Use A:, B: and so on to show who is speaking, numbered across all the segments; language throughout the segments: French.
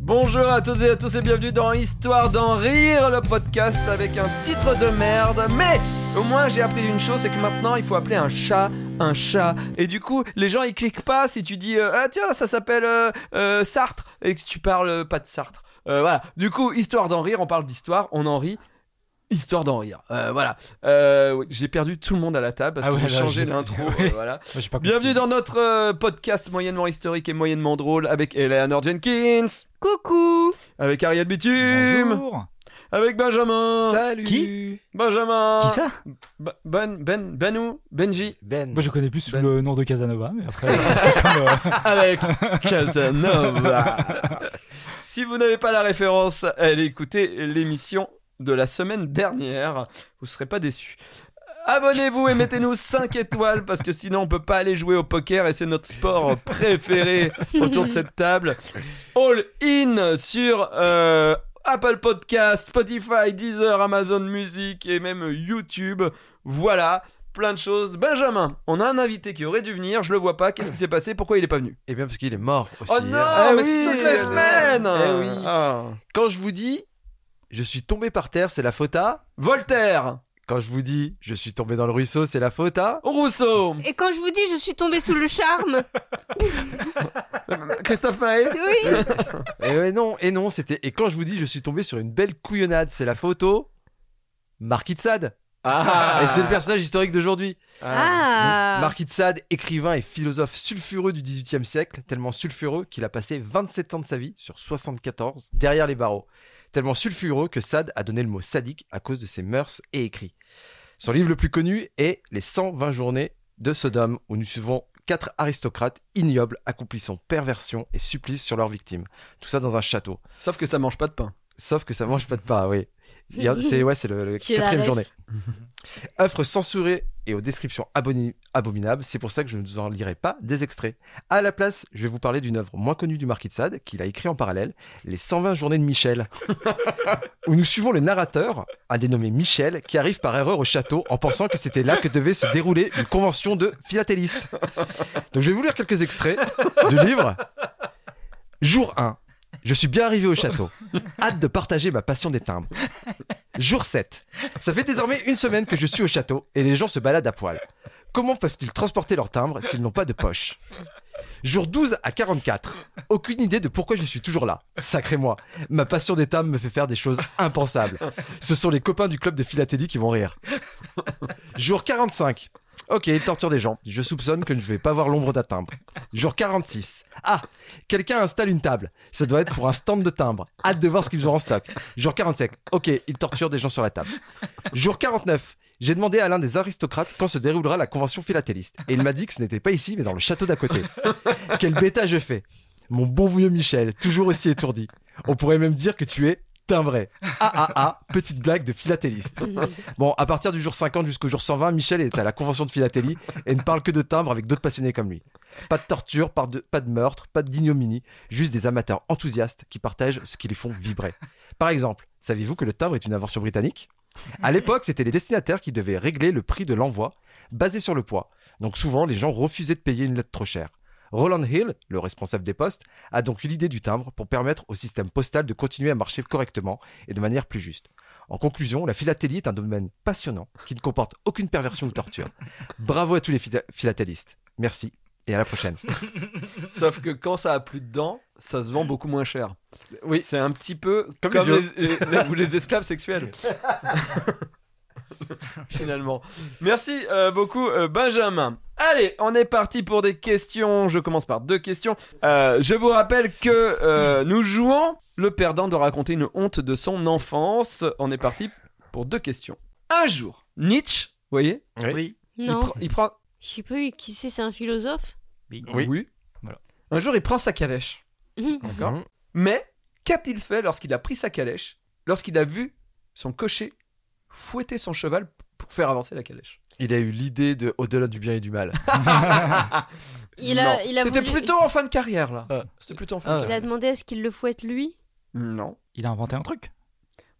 A: Bonjour à toutes et à tous et bienvenue dans Histoire d'en rire, le podcast avec un titre de merde. Mais au moins j'ai appris une chose, c'est que maintenant il faut appeler un chat un chat. Et du coup les gens ils cliquent pas si tu dis euh, ah tiens ça s'appelle euh, euh, Sartre et que tu parles euh, pas de Sartre. Euh, voilà. Du coup Histoire d'en rire, on parle d'histoire, on en rit. Histoire d'en rire. Euh, voilà. Euh, oui, j'ai perdu tout le monde à la table parce
B: Ah
A: que
B: ouais,
A: j'ai
B: là,
A: changé
B: j'ai-
A: l'intro.
B: oui.
A: euh, voilà.
B: Moi, j'ai pas compris.
A: Bienvenue dans notre euh, podcast moyennement historique et moyennement drôle avec Eleanor Jenkins,
C: Coucou
A: avec Ariel Bitume,
B: Bonjour.
A: avec Benjamin.
D: Salut
B: Qui
A: Benjamin.
B: Qui ça
A: Ba- Ben Ben Benou Benji
D: Ben.
B: Moi, je connais plus sous
A: Ben.
B: le nom de Casanova, mais après, c'est comme. euh,
A: avec Casanova. si vous n'avez pas la référence, allez écouter l'émission de la semaine dernière, vous serez pas déçus. Abonnez-vous et mettez-nous 5 étoiles parce que sinon on peut pas aller jouer au poker et c'est notre sport préféré autour de cette table. All in sur euh, Apple Podcast, Spotify, Deezer, Amazon Music et même YouTube. Voilà, plein de choses. Benjamin, on a un invité qui aurait dû venir, je le vois pas. Qu'est-ce qui s'est passé Pourquoi il est pas venu
D: Eh bien, parce qu'il est mort aussi.
A: Oh non,
D: Ah
A: mais
D: oui,
A: c'est toutes les
D: euh,
A: semaines
D: eh oui.
A: Ah.
D: Quand je vous dis, je suis tombé par terre, c'est la faute à.
A: Voltaire,
D: Quand je vous dis, je suis tombé dans le ruisseau, c'est la faute à.
A: Rousseau,
C: Et quand je vous dis je suis tombée sous le charme,
A: Christophe Maé,
C: oui
D: Et eh ouais, non, et non, c'était. Et quand je vous dis, je suis tombé sur une belle couillonnade, c'est la faute au. Marquis de Sade.
A: Ah.
D: Et c'est le personnage historique d'aujourd'hui.
C: Ah
D: Marquis de Sade, écrivain et philosophe sulfureux du XVIIIe siècle, tellement sulfureux qu'il a passé 27 ans de sa vie sur 74 derrière les barreaux. Tellement sulfureux que Sade a donné le mot sadique à cause de ses mœurs et écrits. Son livre le plus connu est Les 120 journées de Sodome, où nous suivons quatre aristocrates ignobles accomplissant perversion et supplice sur leurs victimes. Tout ça dans un château.
A: Sauf que ça mange pas de pain.
D: Sauf que ça mange pas de pain, oui. Il y a- C'est ouais, c'est le, le
C: Tu la
D: quatrième
C: ref.
D: journée. Offre censurée et aux descriptions aboni- abominables, c'est pour ça que je ne vous en lirai pas des extraits. À la place, je vais vous parler d'une œuvre moins connue du Marquis de Sade, qu'il a écrit en parallèle, Les 120 journées de Michel, où nous suivons le narrateur, un dénommé Michel, qui arrive par erreur au château en pensant que c'était là que devait se dérouler une convention de philatélistes. Donc je vais vous lire quelques extraits du livre. Jour 1. Je suis bien arrivé au château. Hâte de partager ma passion des timbres. Jour 7. Ça fait désormais une semaine que je suis au château et les gens se baladent à poil. Comment peuvent-ils transporter leurs timbres s'ils n'ont pas de poche Jour 12 à 44. Aucune idée de pourquoi je suis toujours là. Sacré moi. Ma passion des timbres me fait faire des choses impensables. Ce sont les copains du club de philatélie qui vont rire. Jour 45. Ok, il torture des gens. Je soupçonne que je ne vais pas voir l'ombre d'un timbre. Jour 46. Ah, quelqu'un installe une table. Ça doit être pour un stand de timbre. Hâte de voir ce qu'ils ont en stock. Jour 45. Ok, il torture des gens sur la table. Jour 49. J'ai demandé à l'un des aristocrates quand se déroulera la convention philatéliste. Et il m'a dit que ce n'était pas ici, mais dans le château d'à côté. Quel bêta je fais. Mon bon vieux Michel, toujours aussi étourdi. On pourrait même dire que tu es timbré. Ah ah ah, petite blague de philatéliste. Bon, à partir du jour 50 jusqu'au jour 120, Michel est à la convention de philatélie et ne parle que de timbre avec d'autres passionnés comme lui. Pas de torture, pas de, pas de meurtre, pas d'ignominie, juste des amateurs enthousiastes qui partagent ce qui les font vibrer. Par exemple, saviez-vous que le timbre est une invention britannique À l'époque, c'était les destinataires qui devaient régler le prix de l'envoi basé sur le poids. Donc souvent, les gens refusaient de payer une lettre trop chère. Roland Hill, le responsable des postes, a donc eu l'idée du timbre pour permettre au système postal de continuer à marcher correctement et de manière plus juste. En conclusion, la philatélie est un domaine passionnant qui ne comporte aucune perversion ou torture. Bravo à tous les phila- philatélistes. Merci et à la prochaine.
A: Sauf que quand ça a plus de dents, ça se vend beaucoup moins cher.
D: Oui.
A: C'est un petit peu comme,
D: Comme les vieux.
A: les, les- les- ou les esclaves sexuels. Finalement. Merci euh, beaucoup, euh, Benjamin. Allez, on est parti pour des questions. Je commence par deux questions. Euh, je vous rappelle que euh, nous jouons. Le perdant doit raconter une honte de son enfance. On est parti pour deux questions. Un jour, Nietzsche, vous voyez,
D: Oui.
C: Non,
A: il, prend, il prend
C: je sais pas qui c'est, c'est un philosophe
B: oui.
D: Oui.
A: oui.
B: Voilà.
A: Un jour, il prend sa calèche.
C: Mhm.
A: D'accord
D: Mhm.
A: Mais qu'a-t-il fait lorsqu'il a pris sa calèche Lorsqu'il a vu son cocher fouetter son cheval pour faire avancer la calèche
D: Il a eu l'idée de au-delà du bien et du mal.
C: Il a-
A: Non.
C: il a
A: C'était
C: voulu-
A: plutôt en fin de carrière, là.
B: Ah.
A: C'était plutôt en fin de
C: Il a
A: carrière.
C: demandé à ce qu'il le fouette lui.
A: Non.
B: Il a inventé un truc.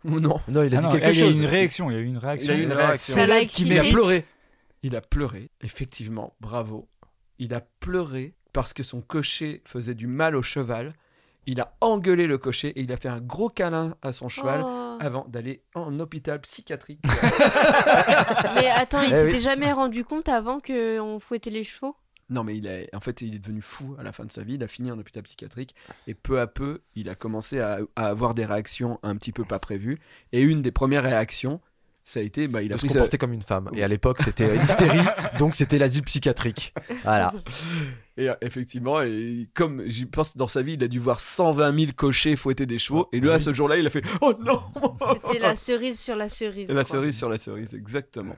A: Ou non.
D: Non, il a
B: Ah
D: dit
B: non,
D: quelque
B: là,
D: chose.
B: Il y a eu une réaction. Il y a eu une réaction.
D: eu une réaction.
C: Ça l'a
D: Qui met
C: excité.
D: à pleurer.
A: Il a pleuré, effectivement, bravo. Il a pleuré parce que son cocher faisait du mal au cheval. Il a engueulé le cocher et il a fait un gros câlin à son cheval
C: Oh.
A: avant d'aller en hôpital psychiatrique.
C: Mais attends, il
D: Eh
C: s'était
D: oui.
C: jamais rendu compte avant qu'on fouettait les chevaux
A: non mais il a, en fait il est devenu fou à la fin de sa vie, il a fini en hôpital psychiatrique et peu à peu il a commencé à, à avoir des réactions un petit peu pas prévues et une des premières réactions ça a été bah, il a
D: de se
A: pris sa-
D: comporter comme une femme. Et à l'époque, c'était l'hystérie, donc c'était l'asile psychiatrique.
A: Ah
D: Voilà.
A: Et euh, effectivement, et comme je pense dans sa vie, il a dû voir 120 000 cochers fouetter des chevaux. Et là, à ce jour-là, il a fait Oh non
C: C'était la cerise sur la cerise.
A: La
C: quoi.
A: cerise sur la cerise, exactement.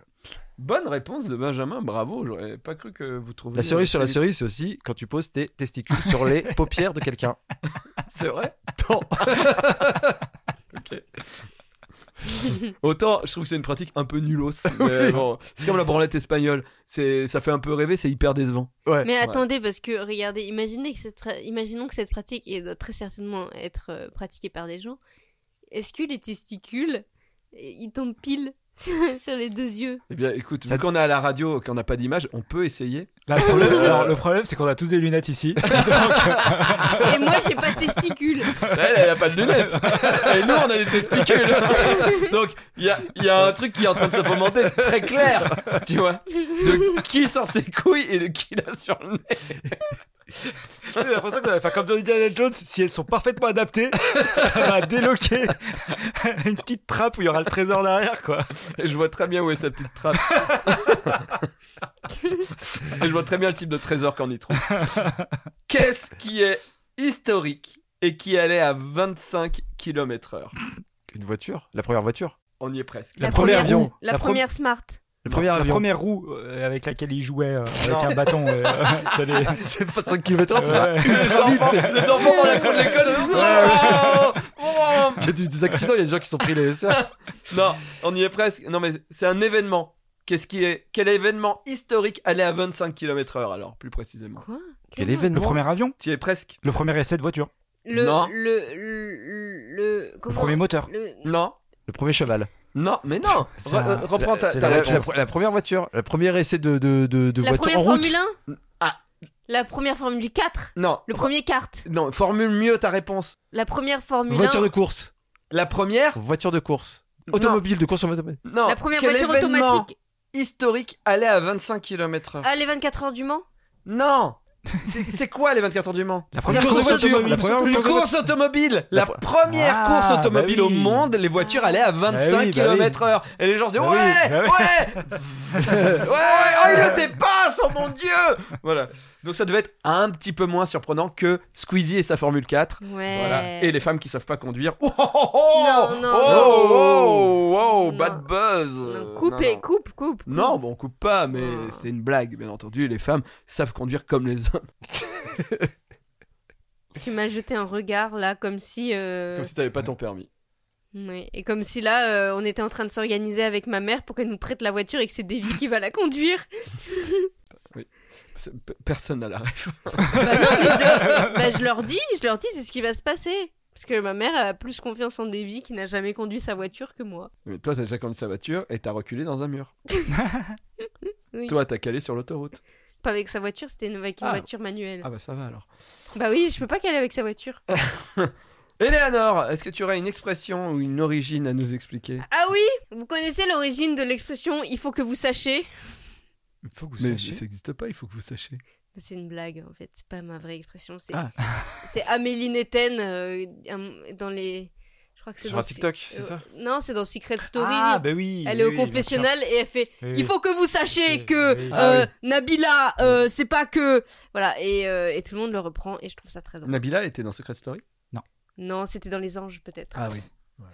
A: Bonne réponse de Benjamin, bravo. J'aurais pas cru que vous trouviez.
D: La cerise sur la
A: C'est-
D: cerise, c'est aussi quand tu poses tes testicules sur les paupières de quelqu'un.
A: C'est vrai
D: Non.
A: Ok. Autant, je trouve que c'est une pratique un peu nulos. mais bon, c'est comme la branlette espagnole. C'est, ça fait un peu rêver, c'est hyper décevant.
C: Mais attendez, parce que regardez, imaginez que cette pra- imaginons que cette pratique et doit très certainement être euh, pratiquée par des gens. Est-ce que les testicules, euh, ils tombent pile sur les deux yeux
A: Eh bien, écoute,
B: Ça-
A: vu qu'on est à la radio, qu'on n'a pas d'image, on peut essayer.
B: Là, le problème, alors, le problème, c'est qu'on a tous des lunettes ici.
C: Et moi, j'ai pas de testicules.
A: Elle, elle a pas de lunettes. Et nous, on a des testicules. Donc, il y a, il y a un truc qui est en train de se fomenter très clair, tu vois. De qui sort ses couilles et de qui l'a sur le nez.
B: J'ai l'impression que ça va faire comme dans Indiana Jones. Si elles sont parfaitement adaptées, ça va déloquer une petite trappe où il y aura le trésor derrière, quoi.
A: Et je vois très bien où est sa petite trappe. et je vois très bien le type de trésor qu'on y trouve. Qu'est-ce qui est historique et qui allait à 25 km/h
D: Une voiture La première voiture
A: On y est presque.
B: La
D: première avion.
C: La,
B: La
C: première smart.
D: Le premier
B: La
D: avion
B: première roue euh, avec laquelle il jouait euh,
A: Non.
B: avec un bâton. euh, t'as les- euh,
D: C'est 25 km h ça va.
B: Ouais.
A: Les enfants, les enfants dans la cour de l'école. Oh, oh.
D: Il y a du- des accidents, il y a des gens qui sont pris les SR.
A: Non, on y est presque. Non, mais c'est un événement. Qu'est-ce qui est Quel événement historique allait à 25 km/h alors, plus précisément
C: Quoi
D: Quel
C: Comment
B: Le
D: événement
B: premier avion,
A: Tu y es presque
B: le premier essai de voiture,
C: Le,
A: Non.
C: Le, le, le,
B: le
C: comment
B: premier moteur.
C: Le-
A: Non,
D: Le premier cheval
A: non, mais non.
B: C'est
A: Re-
B: un-
A: euh, reprends ta,
B: c'est
A: ta
D: la,
A: réponse.
D: la- la première voiture, le premier essai de, de, de, de
C: la
D: voiture
C: première
D: en route.
C: Formule 1
A: Ah.
C: La première Formule 4
A: Non,
C: Le premier kart
A: non. Formule mieux ta réponse.
C: La première Formule 1
D: Voiture de course.
A: La première.
D: Voiture de course. Automobile de course en automobile.
A: Non.
C: La première
A: Quel
C: voiture
A: événement
C: automatique
A: Historique allait à 25 km/h.
C: Ah, les 24 heures du Mans
A: Non. C'est c'est quoi les 24 heures du Mans
B: La
D: Une
B: première
D: course de
A: course
D: voiture.
B: automobile.
D: La première
A: Une
D: course de
A: course automobile La
D: La pre-
A: première
B: Ah,
A: course
B: bah
A: automobile au
B: oui.
A: monde, les voitures allaient à 25
B: Bah oui, bah oui.
A: km/h. Et les gens disaient
B: Bah oui,
A: Ouais
B: bah oui.
A: Ouais Ouais Oh, il le dépasse Oh mon dieu Voilà. Donc ça devait être un petit peu moins surprenant que Squeezie et sa Formule 4.
C: Ouais.
A: Voilà. Et les femmes qui savent pas conduire. Oh oh oh
C: Euh. Non, non,
A: Oh, oh, oh,
C: Non.
A: Bad buzz
C: Non, coupe,
A: Euh, Non,
C: et-
A: non.
C: coupe, coupe, coupe.
A: Non, bon, on coupe pas, mais
C: Euh.
A: c'est une blague, bien entendu. Les femmes savent conduire comme les hommes.
C: Tu m'as jeté un regard là, comme si. euh,
A: Comme si t'avais pas ton permis.
C: ouais. Et comme si là, euh, on était en train de s'organiser avec ma mère pour qu'elle nous prête la voiture et que c'est Davy qui va la conduire.
A: C'est- pe- Personne n'a la ref.
C: bah non, mais je, leur... bah, je leur dis, je leur dis, c'est ce qui va se passer. Parce que ma mère a plus confiance en Davy qui n'a jamais conduit sa voiture que moi.
A: Mais toi, t'as déjà conduit sa voiture et t'as reculé dans un mur.
C: Oui.
A: Toi, t'as calé sur l'autoroute.
C: Pas avec sa voiture, c'était une... avec une
A: Ah.
C: voiture manuelle.
A: Ah bah ça va alors.
C: Bah oui, je peux pas qu'elle avec sa voiture.
A: Eleanor, est-ce que tu aurais une expression ou une origine à nous expliquer
C: Ah oui Vous connaissez l'origine de l'expression il faut que vous sachiez
B: Il faut que vous
A: Mais
B: sachiez.
A: ça n'existe pas, il faut que vous sachiez.
C: Bah, C'est une blague en fait, c'est pas ma vraie expression. C'est
A: Ah.
C: c'est Amélie Netten euh, un- dans les. Je crois que c'est
D: Sur
C: dans
D: un TikTok,
C: Sec-
D: c'est
C: euh,
D: ça
C: Non, c'est dans Secret Story.
B: Ah, bah oui.
C: elle
B: oui, oui,
C: est au
B: bien
C: confessionnal et elle fait
B: sûr. Oui,
C: Il
B: oui.
C: faut que vous sachiez
B: Oui,
C: que
B: oui.
A: Ah
C: euh, Nabila, euh, c'est pas que. Voilà, et, euh, et tout le monde le reprend et je trouve ça très drôle.
A: Nabila était dans Secret Story
C: Non, c'était dans Les Anges peut-être.
A: Ah oui.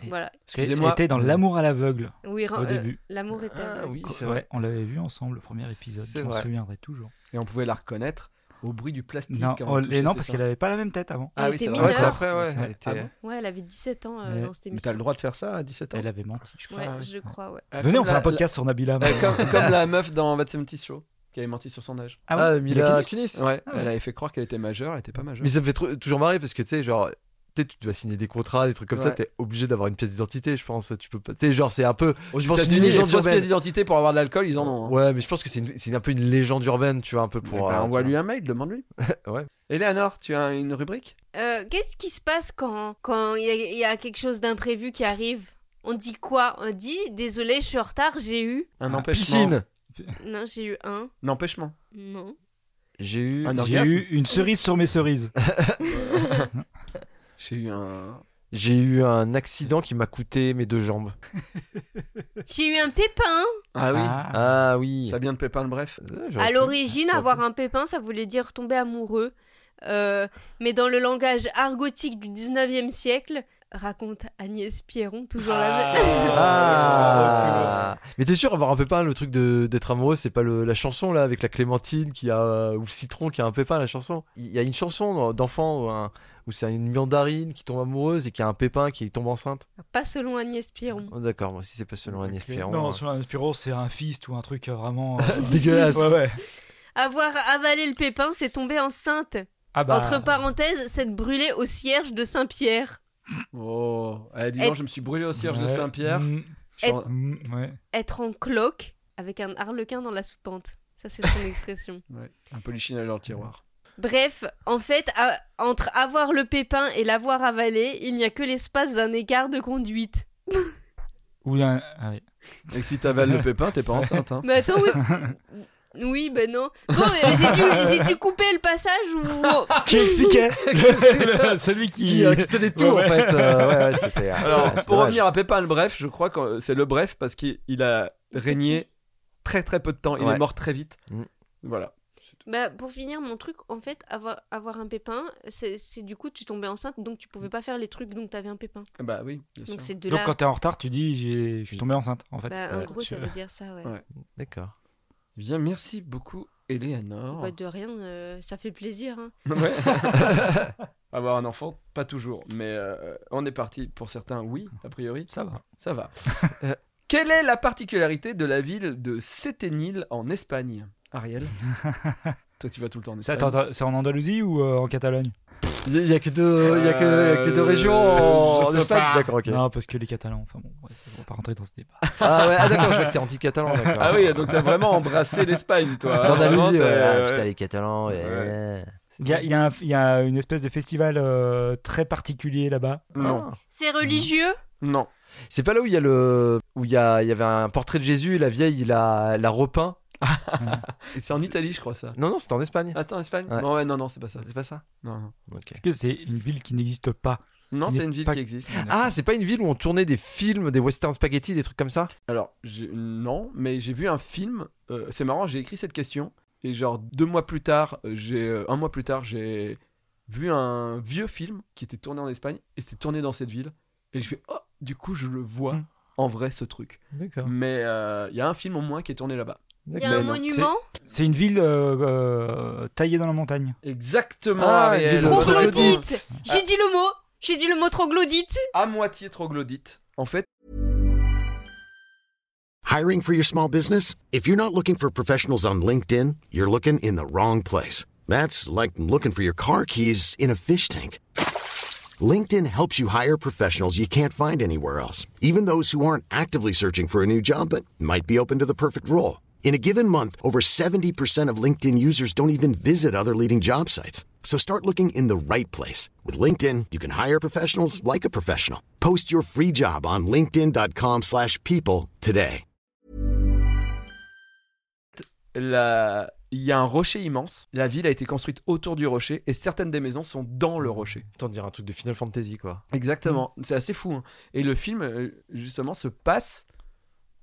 C: Voilà.
A: Excusez-moi. Euh,
B: Elle était dans l'amour à l'aveugle.
C: Oui,
B: Au
C: euh,
B: début.
C: L'amour est
A: Ah
C: aveugle.
A: oui, c'est
B: Ouais,
A: vrai.
B: on l'avait vu ensemble le premier épisode.
A: C'est
B: Je m'en
A: vrai.
B: souviendrai toujours.
A: Et on pouvait la reconnaître. au bruit du plastique.
B: Non,
A: quand on
B: oh,
A: touchait
B: et non
A: ses
B: parce
A: seins.
B: qu'elle avait pas la même tête avant.
A: Ah
C: Elle
A: oui,
C: était
A: c'est vrai.
C: mineure.
D: Ouais, c'est après, Euh, ouais.
B: Ouais,
D: Elle était-
A: ah bon
C: Ouais, elle avait 17 ans euh,
B: Mais-
C: dans cette
D: Mais
C: émission.
D: t'as le droit de faire ça à 17 ans.
B: Elle avait menti. je crois.
C: Ouais,
D: Ah ouais.
C: je crois, ouais.
A: Ah,
B: Venez, on
A: comme
B: fait un
A: la- Eh,
B: podcast sur
A: la-
B: Nabila. mais-
A: comme, comme la meuf dans What's Petit Show qui avait menti sur son âge.
B: Ah ouais,
D: Mila
B: Kunis.
D: Kunis.
A: Ouais,
B: Ah ouais.
A: elle avait fait croire qu'elle était majeure, elle était pas majeure.
D: Mais ça me fait tr- toujours marrer parce que tu sais, genre, tu sais, tu dois signer des contrats, des trucs comme ça,
A: Ouais.
D: t'es obligé d'avoir une pièce d'identité, je pense. Tu peux pas. Tu sais, genre, c'est un peu.
A: Aux
D: je pense que
A: États-Unis,
D: une
A: les gens
D: légende
A: fausses
D: urbaine.
A: pièces d'identité pour avoir de l'alcool, ils en ont. hein.
D: Ouais, mais je pense que c'est une- c'est un peu une légende urbaine, tu vois, un peu
A: Eh
B: bah,
D: pour.
A: ben,
D: euh,
A: Envoie-lui un mail, demande-lui.
D: Ouais.
A: Eleanor, tu as une rubrique
C: Euh, Qu'est-ce qui se passe quand quand il y, a- il y a quelque chose d'imprévu qui arrive On dit quoi On dit désolé, je suis en retard, j'ai eu.
A: Un
B: Ah,
A: empêchement.
D: Piscine
C: Non, j'ai eu un.
A: Un empêchement.
C: Non.
D: J'ai eu.
A: Un
B: J'ai
A: orgasme.
B: eu une cerise sur mes cerises.
A: J'ai eu un.
D: J'ai eu un accident qui m'a coûté mes deux jambes.
C: J'ai eu un pépin.
A: Ah oui,
D: Ah oui.
A: ça vient de Pépin le Bref.
D: Euh, j'aurais
C: À
D: pu.
C: l'origine,
D: J'aurais
C: avoir
D: pu.
C: un pépin, ça voulait dire tomber amoureux. Euh, mais dans le langage argotique du 19e siècle, raconte Agnès Pierron, toujours la même.
D: Ah. Mais t'es sûr avoir un pépin le truc de d'être amoureux c'est pas le- la chanson là avec la clémentine qui a euh, ou le citron qui a un pépin la chanson il y a une chanson d'enfant où, un- où c'est une mandarine qui tombe amoureuse et qui a un pépin qui tombe enceinte
C: Pas selon Agnès Pierron.
D: Oh, d'accord moi si c'est pas selon Agnès
A: Ok.
D: Pierron
B: Non,
D: hein.
B: sur un Spiro, c'est un fist ou un truc euh, vraiment. euh,
D: dégueulasse
B: ouais, ouais.
C: Avoir avalé le pépin, c'est tomber enceinte.
B: Ah bah.
C: Entre parenthèses, c'est brûlée au cierge de Saint-Pierre.
A: Oh, eh, dis
C: Et-
A: donc, je me suis brûlé au cierge de
B: Ouais.
A: Saint-Pierre.
B: Mm,
A: Je suis en-
B: mm, ouais.
C: Être en cloque avec un harlequin dans la soupente. Ça, c'est son expression.
A: Ouais, un polichinelle dans le tiroir.
C: Bref, en fait, à- entre avoir le pépin et l'avoir avalé, il n'y a que l'espace d'un écart de conduite.
B: Ou un. ah oui.
A: Et que si t'avales le pépin, t'es pas enceinte. Hein.
C: Mais Bah, attends, où est- oui, ben non. Bon, mais j'ai dû, j'ai dû couper le passage où...
B: Qui expliquait Le- Celui qui.
D: qui, euh, qui tenait tout
B: Ouais, ouais.
D: en fait euh, ouais, ouais, c'était, euh,
A: Alors,
D: ouais, c'est
A: pour
D: dommage.
A: revenir à Pépin le Bref, je crois que c'est le Bref parce qu'il il a régné très très peu de temps. Il
D: Ouais.
A: est mort très vite.
D: Mm.
A: Voilà.
C: Bah, pour finir mon truc, en fait, avoir, avoir un pépin, c'est c'est du coup, tu tombais enceinte, donc tu pouvais pas faire les trucs, donc t'avais un pépin.
A: Ah Bah oui, bien sûr.
C: Donc c'est de
B: Donc
C: là...
B: quand t'es en retard, tu dis j'ai- je suis tombé enceinte en fait.
C: Bah, en
B: Ouais.
C: gros, ça veut dire ça, ouais.
A: Ouais.
D: d'accord
A: Bien, merci beaucoup, Eleanor.
C: Bah, de rien, euh, ça fait plaisir. hein.
A: Ouais. Avoir un enfant, pas toujours, mais euh, on est parti pour certains, oui, a priori,
B: Ça va.
A: ça va. Euh, quelle est la particularité de la ville de Séténil en Espagne Ariel Toi, tu vas tout le temps en
B: Ça,
A: Espagne.
B: attends, attends, C'est en Andalousie ou euh, en Catalogne
D: il y, a- il y a que deux il y a que, il y a que deux régions en,
A: Euh, je
D: en
A: sais
D: Espagne
A: pas.
D: d'accord ok
B: Non, parce que les Catalans. Enfin bon, ouais, on va pas rentrer dans ce débat.
D: ah ouais ah, d'accord je vois que t'es anti catalan
A: Ah oui, donc t'as vraiment embrassé l'Espagne, toi. Vraiment,
D: D'Andalousie,
A: t'as-
D: ouais. Ah,
A: ouais.
D: putain, les Catalans. ouais.
A: Ouais.
B: Il y a, il y a un- il y a une espèce de festival euh, très particulier là-bas.
A: Non,
C: C'est religieux
A: non.
D: C'est pas là où il y a le où il y, a... il y avait un portrait de Jésus et la vieille il a l'a repeint.
A: C'est en Italie, je crois, ça.
D: Non non, c'était en Espagne.
A: Ah, c'est en Espagne
D: Ouais.
A: Non, ouais, non, non, c'est pas ça.
D: C'est pas ça.
A: Non, non.
D: Ok.
B: Est-ce que c'est une ville qui n'existe pas
A: Non,
B: Qui
A: c'est
B: n'est
A: une ville
B: pas-
A: qui existe.
D: Ah, c'est pas une ville où on tournait des films, des western spaghetti, des trucs comme ça
A: Alors, j'ai- non, mais j'ai vu un film. euh, c'est marrant, j'ai écrit cette question. Et genre, deux mois plus tard, euh, j'ai, euh, un mois plus tard, j'ai vu un vieux film qui était tourné en Espagne. Et c'était tourné dans cette ville. Et je fais, oh, du coup, je le vois
D: Mm.
A: en vrai, ce truc.
D: D'accord.
A: Mais euh, il y a un film au moins qui est tourné là-bas.
C: Il y a un
A: non,
C: monument
B: C'est une ville euh, euh, taillée dans la montagne.
A: Exactement,
D: Ah,
A: Ariel.
D: il y a le troglodyte.
C: Troglodyte J'ai dit le mot J'ai dit le mot troglodyte
A: À moitié troglodyte. En fait,
E: Hiring for your small business? If you're not looking for professionals on LinkedIn, you're looking in the wrong place. That's like looking for your car keys in a fish tank. LinkedIn helps you hire professionals you can't find anywhere else, even those who aren't actively searching for a new job but might be open to the perfect role. In a given month, over 70% of LinkedIn users don't even visit other leading job sites. So start looking in the right place. With LinkedIn, you can hire professionals like a professional. Post your free job on linkedin.com/people slash people today.
A: la- il y a un rocher immense. La ville a été construite autour du rocher. Et certaines des maisons sont dans le rocher. Mmh.
D: Attends, dire un truc de Final Fantasy quoi.
A: Exactement, c'est assez fou. hein. Et le film, euh, justement, se passe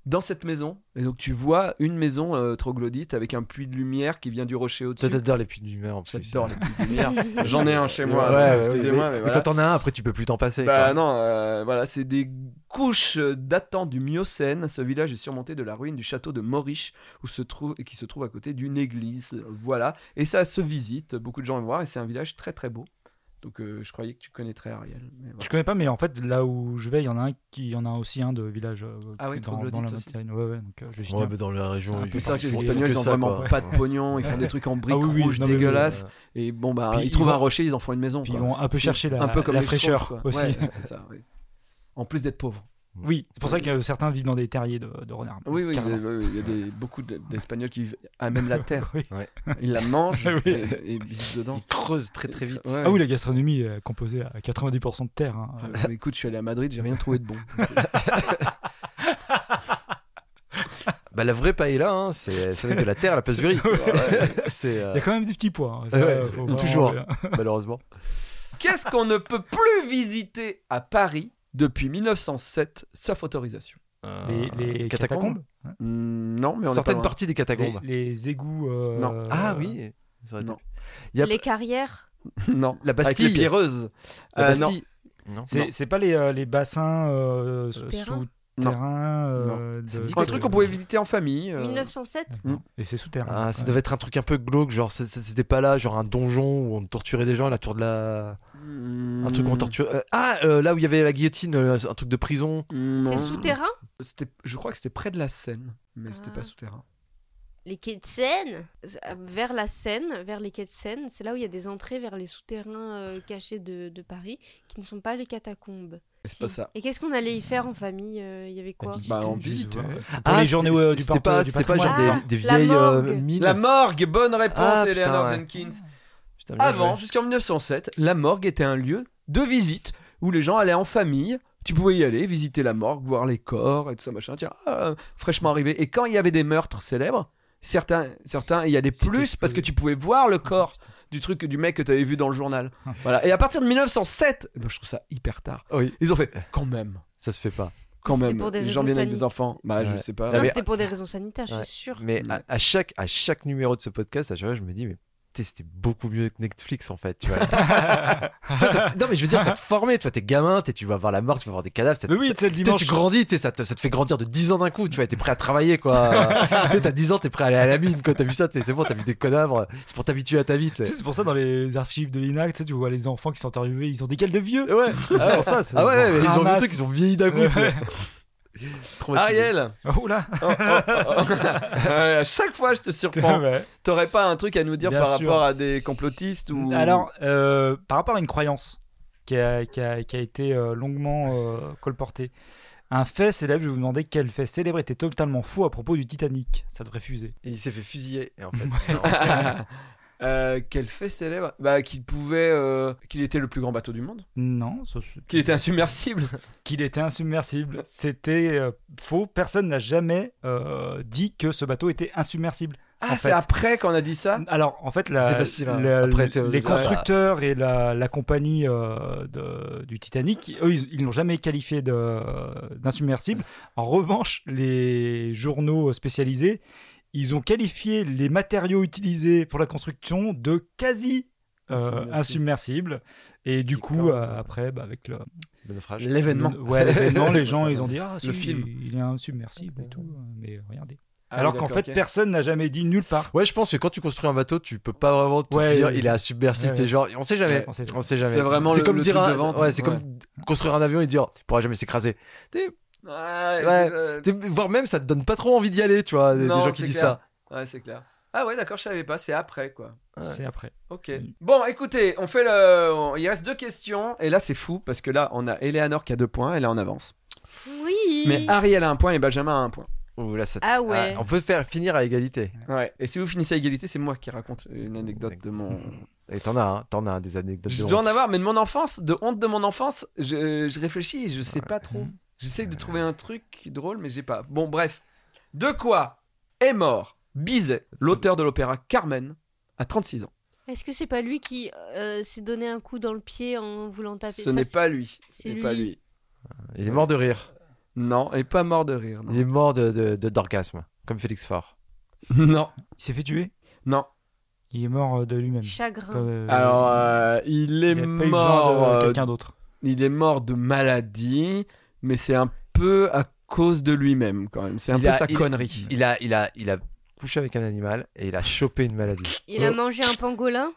A: dans cette maison. Et donc tu vois une maison euh, troglodyte avec un puits de lumière qui vient du rocher au-dessus.
D: T'adores les puits de lumière en plus.
A: J'adore les puits de lumière. J'en ai un chez moi,
D: Ouais,
A: donc
D: ouais,
A: excusez-moi,
D: mais,
A: mais
D: mais
A: voilà.
D: quand t'en as un, après tu peux plus t'en passer.
A: Bah
D: quoi.
A: non, euh, voilà, c'est des couches euh, datant du Miocène. Ce village est surmonté de la ruine du château de Mauriche, où se trouve qui se trouve à côté d'une église. Euh, Voilà, et ça se visite. Beaucoup de gens vont voir, et c'est un village très très beau. Donc euh, je croyais que tu connaîtrais Ariel. mais voilà.
B: Je connais pas, mais en fait, là où je vais, il y en a un qui, il y en a aussi un de village euh,
A: Ah oui,
B: dans, dans la
A: troglodyte aussi.
B: montagne. Ouais, ouais, donc euh, je vais
D: Ouais,
B: finir.
D: mais dans la région.
B: C'est un
D: ils
B: peu
A: Mais c'est
D: font-
A: vrai que
D: ils
A: les
D: font
A: Espagnols,
D: que
A: ils ont
D: ça,
A: vraiment
D: quoi.
A: pas de pognon, ils font des trucs en briques
B: Ah oui, oui,
A: rouges
B: non, mais oui,
A: dégueulasses. Et bon, bah,
B: Puis
A: ils
B: ils
A: trouvent
B: vont-
A: un rocher, ils en font une maison.
B: Puis
A: quoi.
B: ils vont un peu
A: C'est
B: chercher la,
A: un peu comme
B: la
A: les Schtroumpfs,
B: fraîcheur
A: quoi.
B: aussi.
A: Ouais, c'est ça, oui. En plus d'être pauvre.
B: oui, c'est pour ça que euh, certains vivent dans des terriers de, de renards.
A: Oui, oui, il y a,
B: Carrément.
A: oui, il y a des- beaucoup d- d'Espagnols qui vivent à même la terre.
B: Oui.
D: Ouais.
A: Ils la mangent
B: Oui.
A: et, et ils vivent dedans.
D: Ils creusent très très vite.
A: Ouais.
B: Ah oui, la gastronomie est composée à 90% de terre.
D: Ah
B: hein.
A: Euh, Écoute, je suis allé à Madrid, j'ai rien trouvé de bon.
D: Bah la vraie paella, hein, c'est ça va être de la terre à la place du riz. c'est euh,
B: Il y a quand même du petit poids. hein. Ça,
D: Ouais,
B: euh, faut pas
D: toujours.
B: enlever, hein.
D: malheureusement.
A: Qu'est-ce qu'on ne peut plus visiter à Paris depuis 1907, sauf autorisation
D: Ah.
B: Les, les catacombes,
A: Hmm, Non, mais on est pas
D: Euh, Certaines
A: loin.
D: parties des
B: les,
D: catacombes.
B: les égouts. euh,
A: Non.
D: Ah oui. ça aurait été-
A: Non.
D: Il y a
C: Les carrières.
A: Non,
D: La
A: Avec
D: Bastille.
A: les pierreuses.
D: la
A: Euh, non.
D: Bastille. Non.
B: C'est c'est pas les, euh, les bassins euh,
C: Souterrains.
B: souterrains.
A: Non.
B: euh,
D: Ça me
B: de-
D: dit
A: Un
D: que-
A: truc qu'on pouvait visiter en famille. euh,
C: 1907
B: Et c'est souterrain.
D: Ah, ça
B: Ouais.
D: devait être un truc un peu glauque, genre c'est- c'est- c'était pas là, genre un donjon où on torturait des gens, la tour de la,
A: hmm,
D: un truc où on torturait. euh, ah, euh, là où il y avait la guillotine, euh, un truc de prison.
A: mm, non.
C: C'est souterrain
A: C'était- Je crois que c'était près de la Seine, mais c'était
C: Ah.
A: pas souterrain.
C: Les quais de Seine Euh, Vers la Seine, vers les quais de Seine, c'est là où il y a des entrées vers les souterrains euh, cachés de, de Paris qui ne sont pas les catacombes.
A: C'est
C: Si.
A: pas ça.
C: Et qu'est-ce qu'on allait y faire en famille euh, Il y avait quoi
B: visite.
A: Bah, on
B: Juste
A: visite.
B: voir.
A: ouais.
B: Pour les
D: Ah, c'était-
B: journées euh, du
D: c'était
B: parc-
D: pas,
B: du
D: c'était pas genre
B: patrimoine.
D: des, des
C: Ah, la
D: vieilles euh,
C: morgue.
D: mines.
A: La morgue, bonne réponse,
D: Ah, putain,
A: Eleanor
D: ouais.
A: Jenkins.
D: Putain, bien
A: Avant,
D: joué.
A: jusqu'en 1907, la morgue était un lieu de visite où les gens allaient en famille. Tu pouvais y aller, visiter la morgue, voir les corps et tout ça, machin. Tiens, ah, fraîchement arrivé. Et quand il y avait des meurtres célèbres, certains, certains y allaient
D: C'était
A: plus parce que
D: explosé.
A: tu pouvais voir le corps du truc du mec que tu avais vu dans le journal. voilà. Et à partir de 1907, ben, je trouve ça hyper tard.
D: Oui,
A: Ils ont fait quand même,
D: ça se fait pas.
A: quand
C: C'était
A: même.
C: pour des
A: les gens
C: raisons
A: viennent avec des
C: sanitaires.
A: enfants. Bah, je
D: Ouais.
A: sais pas.
D: Non,
C: Non,
D: mais-
C: c'était pour des raisons sanitaires,
D: Ouais.
C: je suis sûre.
D: Mais
B: Hmm.
A: Ouais.
D: à, à chaque, à chaque numéro de ce podcast, à chaque fois, je me dis, mais putain, c'était beaucoup mieux que Netflix en fait. Tu vois. Tu vois, ça te- non, mais je veux dire, ça te formait. Tu vois, t'es gamin, t'es- tu vas voir la mort, tu vas voir des cadavres. Ça, te-
B: Mais oui,
D: ça-
B: tu sais, le
D: tu sais,
B: dimanche.
D: tu grandis, tu sais, ça te, ça te fait grandir de 10 ans d'un coup. Tu vois, t'es prêt à travailler quoi. tu sais, t'as 10 ans, t'es prêt à aller à la mine. Quand t'as vu ça, t'es- c'est bon, t'as vu des cadavres. C'est pour t'habituer à ta vie. tu
B: Tu
D: sais.
B: sais, c'est pour ça dans les archives de l'INAC, tu sais, tu vois les enfants qui sont interviewés, ils ont des gueules de vieux.
D: Ouais,
B: C'est pour ça. c'est-
D: ah ouais, ouais, mais ils ont vu le
B: ramassent.
D: truc, ils ont vieilli d'un coup. tu sais. Traumatisé.
A: Ariel,
B: Oh là
A: Oh, oh, oh, oh. Euh, à chaque fois, je te surprends.
B: Ouais.
A: T'aurais pas un truc à nous dire
B: Bien
A: par
B: sûr.
A: rapport à des complotistes ou
B: Alors, euh, par rapport à une croyance qui a, qui a- qui a été euh, longuement euh, colportée, un fait célèbre, je vais vous demander quel fait célèbre était totalement faux à propos du Titanic. Ça devrait fuser.
D: Et il s'est fait fusiller. Et en fait, non.
A: Euh, quel fait célèbre Bah, qu'il pouvait, euh, qu'il était le plus grand bateau du monde,
B: Non, ça, c'est-
A: qu'il était insubmersible.
B: qu'il était insubmersible. C'était euh, faux. Personne n'a jamais euh, dit que ce bateau était insubmersible.
A: Ah,
B: En
A: c'est
B: fait.
A: après qu'on a dit ça.
B: Alors, en fait, la-
D: C'est facile, hein.
B: la-
D: Après, t'es-
B: les
D: ouais.
B: constructeurs et la, la compagnie euh, de- du Titanic, eux, ils ils l'ont jamais qualifié de- d'insubmersible. En revanche, les journaux spécialisés, ils ont qualifié les matériaux utilisés pour la construction de quasi euh,
A: Insubmersible.
B: insubmersibles. Et
D: Ce
B: du
D: qui
B: coup,
D: parle.
B: euh, après, bah, avec le,
D: Le naufrage.
A: L'événement.
B: le- ouais, l'événement, les
D: C'est
B: gens,
D: ça.
B: ils ont dit Ah,
A: Le
B: le
A: film.
B: film. Il est insubmersible et tout. Mais euh, regardez.
A: Ah oui,
B: Alors qu'en
A: d'accord,
B: fait,
A: ok.
B: personne n'a jamais dit nulle part.
D: Ouais, je pense que quand tu construis un bateau, tu peux pas vraiment te
B: Ouais,
D: dire
B: ouais.
D: il est insubmersible.
B: Ouais,
D: T'es
B: ouais.
D: genre, on sait jamais.
A: Ouais.
B: On sait jamais.
D: On sait jamais.
A: C'est vraiment le-
D: comme
A: le
D: dire
A: truc
D: un-
A: de vente.
D: Ouais, c'est
A: Ouais.
D: comme construire un avion et dire tu pourras jamais s'écraser. T'es-
A: Ah, ouais,
D: Ouais.
A: c'est- euh,
D: t'es- Voire même ça te donne pas trop envie d'y aller, tu vois. Des, des
A: Non,
D: gens qui
A: c'est
D: disent
A: clair.
D: ça.
A: ouais, c'est clair. Ah ouais, d'accord, je savais pas. C'est après quoi.
B: C'est après.
A: Ok.
B: C'est-
A: Bon, écoutez, on fait le. on- Il reste deux questions et là c'est fou parce que là on a Eleanor qui a deux points et là on avance.
C: Oui
A: Mais Ariel a un point et Benjamin a un point.
D: Ouh, là, ça-
C: Ah ouais.
D: on peut faire finir à égalité.
A: Ouais. Et si vous finissez à égalité, c'est moi qui raconte une anecdote de mon.
D: Et t'en as, hein, t'en as hein, des anecdotes.
A: Je
D: de
A: dois en
D: honte.
A: avoir, mais de mon enfance, de honte de mon enfance, je, je réfléchis et je sais pas trop. J'essaie de trouver un truc drôle, mais j'ai pas. Bon, bref. De quoi est mort Bizet, l'auteur de l'opéra Carmen, à 36 ans
C: Est-ce que c'est pas lui qui euh, s'est donné un coup dans le pied en voulant taper
A: Ce
C: ça,
A: n'est
C: c'est-
A: pas lui. Ce
C: c'est
A: n'est pas
C: lui.
A: lui.
D: Il est mort de rire.
A: Non, et pas mort de rire. Non.
D: Il est mort de, de- de- d'orgasme, comme Félix Faure.
A: non.
B: Il s'est fait tuer
A: non.
B: Il est mort euh, de lui-même.
C: Chagrin.
B: Comme, euh,
A: Alors, euh, il est
B: il a pas eu
A: mort.
B: besoin de
A: euh,
B: quelqu'un d'autre.
A: il est mort de maladie, mais c'est un peu à cause de lui-même quand même. C'est un
D: Il
A: peu
D: a-
A: sa
D: il-
A: connerie.
D: Il a, il, a, il a couché avec un animal et il a chopé une maladie.
C: Il a mangé un pangolin.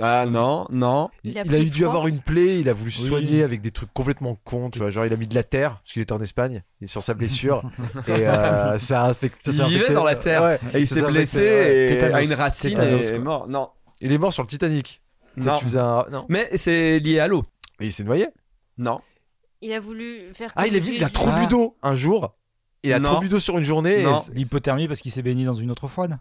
A: Ah non, non.
C: Il a
D: eu
C: pris
D: dû
C: froid.
D: avoir une plaie, il a voulu
B: Oui.
D: soigner avec des trucs complètement cons, tu vois. Genre, il a mis de la terre, parce qu'il était en Espagne, et sur sa blessure. et euh, ça a affecté. ça
A: Il
D: s'est
A: vivait
D: infecté-
A: dans la terre.
D: Ouais.
A: Et il
D: Ça
A: s'est
D: s'est
A: blessé
D: infecté, ouais.
A: et
D: Tétanos.
A: à une racine
D: Tétanos,
A: et est
D: quoi.
A: mort. Non,
D: Il est mort sur le Titanic. Tu sais,
A: non.
D: tu faisais un- Non.
A: Mais c'est lié à l'eau.
D: Et il s'est noyé.
A: Non.
C: Il a voulu faire.
D: Ah, il a, vu- il a trop
A: Ah.
D: bu d'eau un jour. Il a
A: Non.
D: trop bu d'eau sur une journée. et
A: Non.
D: c'est-
B: L'hypothermie parce qu'il s'est baigné dans une eau trop froide.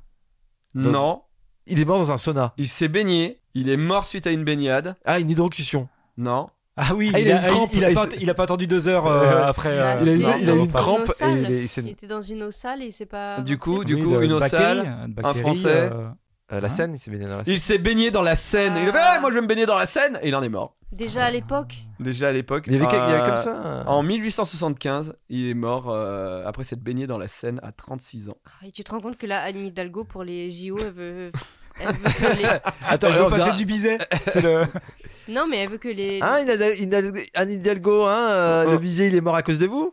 D: Dans-
A: Non.
D: il est mort dans un sauna.
A: Il s'est baigné. Il est mort suite à une baignade.
D: Ah, une hydrocution.
A: Non.
B: Ah oui,
D: Ah,
B: il,
D: il a
B: a,
D: une crampe,
B: il a
D: et
B: pas,
D: c'est-
B: il a pas attendu deux heures euh,
D: Ouais.
B: après.
C: Ah,
B: euh,
D: Il a
C: c'était
D: une-
B: non,
D: il a
C: dans
D: une
B: non,
C: eau
B: pas-
D: crampe
C: sale.
D: et il est- il s'est-
C: Il était dans une eau sale et c'est pas.
A: Du coup,
C: rentré.
A: du
B: oui,
A: coup,
B: de-
A: une eau
B: bactérie,
A: sale.
B: une bactérie,
A: Français.
B: euh,
D: Euh, la
B: Hein
D: Seine, il s'est baigné dans la Seine.
A: Il s'est baigné dans la Seine. Il a fait
C: Ah.
A: Ah, moi je vais me baigner dans la Seine. Et il en est mort.
C: Déjà à l'époque.
A: Déjà à l'époque.
D: Mais Il y avait, quel- il y avait
A: euh,
D: comme ça. hein.
A: En 1875, il est mort euh, après s'être baigné dans la Seine à 36 ans.
C: Ah, Et tu te rends compte que là, Anne Hidalgo, pour les JO, elle veut. Elle veut que les...
D: Attends,
B: Elle
D: on
B: veut
D: verra-
B: passer du biset. C'est le.
C: Non, mais elle veut que les.
A: Ah
D: Hein, Ina- Ina- Anne Hidalgo, hein, euh,
A: Oh.
D: le visé, il est mort à cause de vous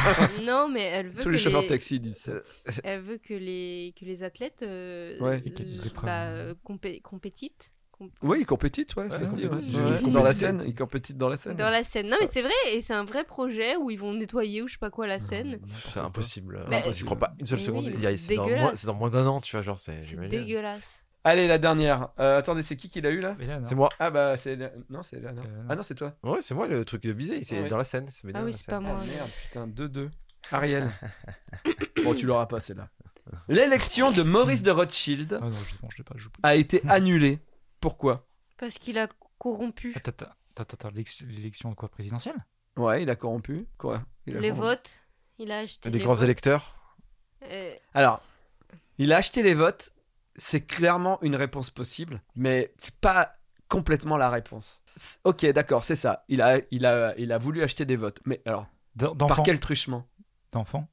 C: Non, mais elle veut
A: Tous
C: que
A: les chauffeurs
C: les-
A: de taxi disent ça.
D: Euh,
C: Elle veut que les, que les athlètes euh,
A: Ouais.
B: Et qu'il y ait des
C: euh,
B: épreuves.
C: bah, euh, compé- compétitent comp-
A: Oui, ils compétitent, ouais, ça
D: Ouais,
A: se dit.
D: ouais,
A: ouais.
D: ouais.
A: Dans la Seine, ils compétitent dans la Seine.
C: dans la Seine. Non, mais c'est vrai, et c'est un vrai projet où ils vont nettoyer ou je sais pas quoi la Seine.
D: C'est impossible.
C: Mais-
D: Je crois pas une seule
C: Mais
D: seconde.
C: oui,
D: Il y a-
C: mais
D: c'est dans,
C: dégueulasse.
D: moins- c'est dans moins d'un an, tu vois, genre, c'est.
C: C'est
D: j'imagine.
C: dégueulasse.
A: Allez, la dernière. Euh, attendez, c'est qui qui l'a eu là
B: Mais là, non.
D: C'est moi.
A: Ah bah c'est non, c'est là. non.
B: C'est Lana.
A: Ah non, c'est toi.
D: Ouais, c'est moi le truc de visé. C'est
A: Ouais.
D: dans la Seine. il s'est baigné
C: Ah
D: dans
C: oui,
D: la
C: c'est
D: Seine.
C: pas moi.
A: Ah merde, putain, 2-2. Ariel. bon, tu l'auras pas celle-là. L'élection de Maurice de Rothschild
B: Ah non, je bon, je l'ai pas. je joue plus.
A: a été annulée. Pourquoi
C: Parce qu'il a corrompu
B: Attends, attends, attends, attends, l'ex- l'élection quoi présidentielle
A: Ouais, il a corrompu. Quoi Il a
C: les
A: corrompu.
C: votes. Il a acheté.
D: Des
C: les
D: grands
C: votes.
D: électeurs.
C: Euh,
A: Alors, il a acheté les votes. C'est clairement une réponse possible, mais c'est pas complètement la réponse. C'est- Ok, d'accord, c'est ça. Il a, il, a, il a voulu acheter des votes. Mais alors,
B: D'en-
A: par
B: D'enfants.
A: quel truchement
B: D'enfants.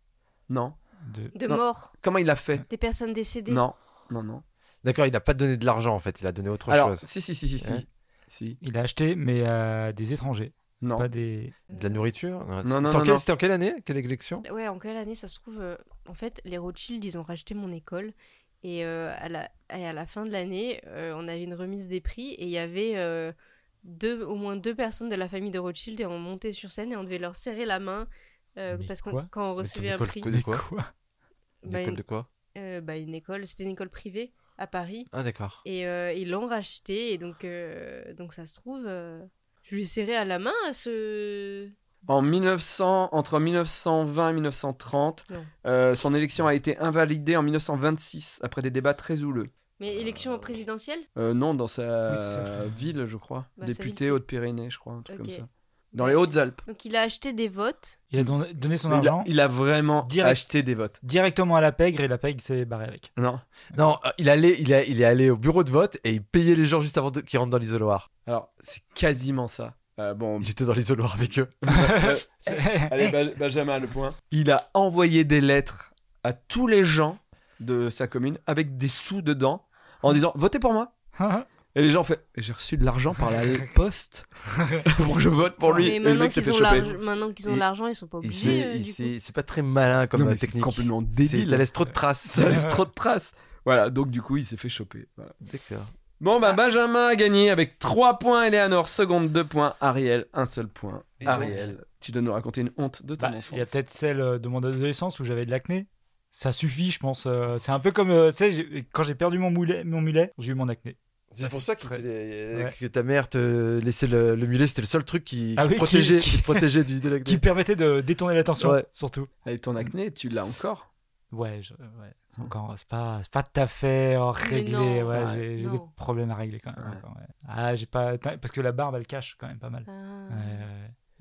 A: Non.
B: De...
C: de
A: Non.
C: morts.
A: Comment il l'a fait
C: Des personnes décédées.
A: Non, non, non.
D: D'accord, il a pas donné de l'argent en fait. Il a donné autre
A: alors,
D: chose.
A: si, si, si, si, si.
D: Ouais.
A: Si,
B: Il a acheté, mais à des étrangers,
A: non.
B: pas des.
D: De la nourriture.
A: Non, non,
D: C'est
A: non,
D: en quelle-
A: non.
D: C'était en quelle année Quelle élection
C: Ouais, en quelle année ça se trouve euh, En fait, les Rothschild, ils ont racheté mon école. Et, euh, à, la, et à la fin de l'année, euh, on avait une remise des prix. Et il y avait euh, deux, au moins deux personnes de la famille de Rothschild. Et on montait sur scène et on devait leur serrer la main. euh,
B: Mais
C: parce qu'on
B: quoi
C: quand on
D: Mais
C: recevait un
D: t'étais
C: prix,
D: col- De quoi
C: bah,
D: L'école
C: une,
D: de quoi
C: euh, bah, une école, c'était une école privée à Paris.
D: Ah d'accord.
C: Et euh, ils l'ont racheté. Et donc, euh, donc ça se trouve, euh, je lui ai serré à la main à ce.
A: En 1900, entre 1920 et 1930,
C: Non.
A: euh, son élection a été invalidée en 1926 après des débats très houleux.
C: Mais élection présidentielle
A: Euh, non, dans sa
B: Oui, c'est-
A: ville, je crois.
C: Bah, sa ville,
A: Député
C: c'est-
A: Haute-Pyrénées, je crois, un truc
C: Ok.
A: comme ça. Dans les Hautes-Alpes.
C: Donc il a acheté des votes.
B: Il a don- donné son
A: Mais Il a,
B: argent
A: il a vraiment
B: Direct.
A: acheté des votes.
B: directement à la pègre et la pègre s'est barrée avec.
A: Non.
D: Non, euh, il allait, il, a- il est allé au bureau de vote et il payait les gens juste avant de- qu'ils rentrent dans l'isoloir.
A: Alors, c'est quasiment ça. Euh,
C: Oh.
A: bon.
D: J'étais dans l'isoloir avec eux.
A: euh,
B: C'est-
A: allez, Ba- Benjamin, le point. Il a envoyé des lettres à tous les gens de sa commune avec des sous dedans
C: Hein
A: en disant Votez pour moi. Et les gens ont fait J'ai reçu de l'argent par la poste pour que je vote pour lui.
C: Mais
A: Et le
C: maintenant
A: mec
C: qu'ils
A: s'était
C: ont,
A: chopé.
C: l'arge- maintenant qu'ils ont
D: Il-
C: l'argent, ils sont pas
D: Il
C: obligés.
D: s'est-
C: euh,
D: il
C: du coup.
D: s'est- C'est pas très malin comme
A: Non,
D: euh,
A: mais c'est
D: technique.
A: complètement
D: C'est-
A: débile.
D: Ça laisse trop de traces.
A: Ça laisse trop de traces. Voilà, donc du coup, il s'est fait choper. Voilà.
D: D'accord.
A: Bon, bah, Benjamin a gagné avec 3 points, Eleanor, seconde 2 points, Ariel, un seul point.
D: Et donc
A: Ariel, tu dois nous raconter une honte de ton
B: Bah,
A: enfance.
B: il y a peut-être celle euh, de mon adolescence où j'avais de l'acné. Ça suffit, je pense. euh, C'est un peu comme, euh, tu sais, j'ai- quand j'ai perdu mon mulet, mon mulet, j'ai eu mon acné.
D: C'est pour ça que,
B: Très-
D: t'es- euh,
B: Ouais.
D: que ta mère te laissait le, le mulet, c'était le seul truc qui,
B: Ah
D: qui
B: oui, qui-
D: protégeait,
B: qui-
D: qui protégeait du de l'acné.
B: Qui permettait de détourner l'attention,
D: Ouais.
B: surtout.
A: Et ton acné, tu l'as encore
B: Ouais, je- ouais, c'est encore, c'est pas, c'est pas tout à fait euh, réglé.
C: non,
B: ouais,
A: ouais,
B: j'ai j'ai
C: non.
B: des problèmes à régler quand même.
A: Ouais.
B: encore, ouais. Ah, j'ai pas, t'as- parce que la barbe elle cache quand même pas mal.
C: Ah.
B: Ouais, ouais,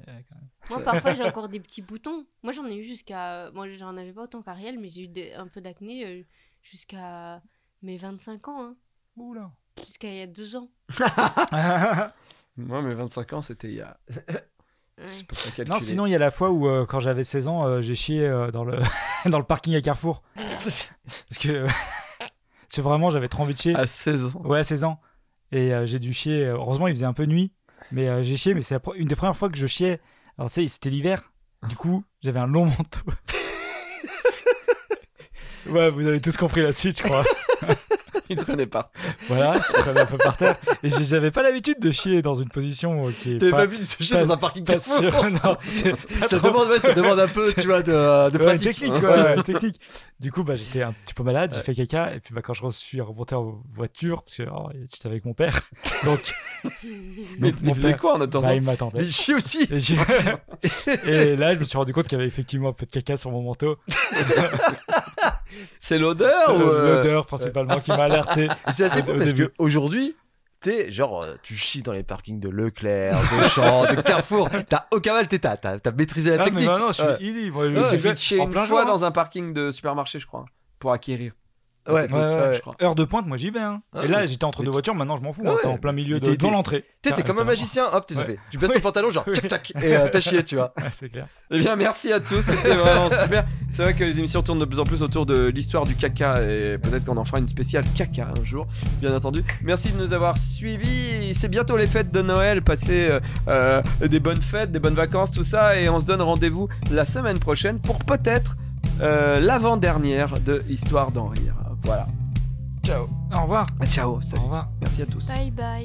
B: ouais, ouais, quand même.
C: Moi, parfois, j'ai encore des petits boutons. Moi, j'en ai eu jusqu'à. Moi, j'en avais pas autant qu'Ariel, mais j'ai eu des- un peu d'acné euh, jusqu'à mes 25 ans. hein.
B: Oula.
C: Jusqu'à il y a deux ans.
A: Moi, mes 25 ans, c'était il y a
C: Ouais.
A: C'est pas calculé.
B: Non, sinon, il y a la fois où, euh, quand j'avais 16 ans, euh, j'ai chié euh, dans, le dans le parking à Carrefour. Parce que, parce que vraiment, j'avais trop envie de chier.
D: Ah.
A: à 16 ans.
B: Ouais, 16 ans. Et euh, j'ai dû chier. Heureusement, il faisait un peu nuit. Mais euh, j'ai chié, mais c'est la pre- une des premières fois que je chiais. Alors, tu sais, c'était l'hiver. Du coup, j'avais un long manteau. ouais, vous avez tous compris la suite, je crois.
A: Il traînait pas.
B: Voilà, je traînais un peu par terre. Et j'ai- j'avais pas l'habitude de chier dans une position euh, qui est
D: T'avais pas
B: pas,
D: vu se
B: pas-
D: jeter dans un parking
B: pas
D: Carrefour
B: sûre. Non, c'est pas
D: ça
B: trop-
D: demande, ouais, ça demande un peu, tu vois, de, de
B: Ouais,
D: pratique.
B: technique, quoi, ouais, technique. Du coup, bah, j'étais un petit peu malade, j'ai fait caca, et puis bah, quand je suis remonté en voiture, parce que oh, j'étais avec mon père, donc,
A: Mais
B: donc
A: il faisait quoi en
B: bah,
A: attendant
B: il m'attendait.
D: Mais chie aussi.
B: Et, j'ai- et là, je me suis rendu compte qu'il y avait effectivement un peu de caca sur mon manteau.
A: C'est
D: Ah
A: l'odeur ou euh,
B: L'odeur principalement qui m'a alerté.
D: Et C'est assez
B: Au-
D: fou
B: au
D: parce
B: début.
D: que aujourd'hui, t'es genre, euh, tu chies dans les parkings de Leclerc, de Champ, de Carrefour. T'as aucun mal, t'es t'as, t'as, t'as maîtrisé la
B: Ah, mais
D: technique.
B: non, non, je suis
D: Ouais.
B: easy. Moi, je
A: Il
B: me suis
A: s'est fait chier
B: en
A: une
B: plein
A: fois
B: jour, hein.
A: dans un parking de supermarché, je crois, pour acquérir. la
D: Ouais,
A: technique,
B: Ouais, ouais,
A: je crois.
B: Heure de pointe, moi j'y vais. hein.
D: Ah,
B: et là,
D: mais-
B: j'étais entre
D: mais
B: deux
D: tu-
B: voitures, maintenant je m'en fous.
D: Ah
B: hein, c'est
D: ouais,
B: en plein milieu
D: mais
B: de, hein,
D: t'es-
B: dans
D: t'es-
B: l'entrée.
D: T'es, t'es comme un
B: Carrément.
D: magicien, hop, tu
B: Ah, Ouais.
D: fait. Tu baisses ton
B: Oui.
D: pantalon, genre,
B: Oui.
D: tac, tac, et euh, t'as chié, tu vois.
B: Ouais, c'est clair.
A: Eh bien, merci à tous, c'était vraiment super. C'est vrai que les émissions tournent de plus en plus autour de l'histoire du caca et peut-être qu'on en fera une spéciale caca un jour, bien entendu. Merci de nous avoir suivis. C'est bientôt les fêtes de Noël, passez euh, euh, des bonnes fêtes, des bonnes vacances, tout ça, et on se donne rendez-vous la semaine prochaine pour peut-être euh, l'avant-dernière de Histoire d'en rire. Voilà. Ciao.
B: Au revoir.
A: Ciao,
B: Au
A: salut.
B: revoir.
A: Merci à tous.
C: Bye bye.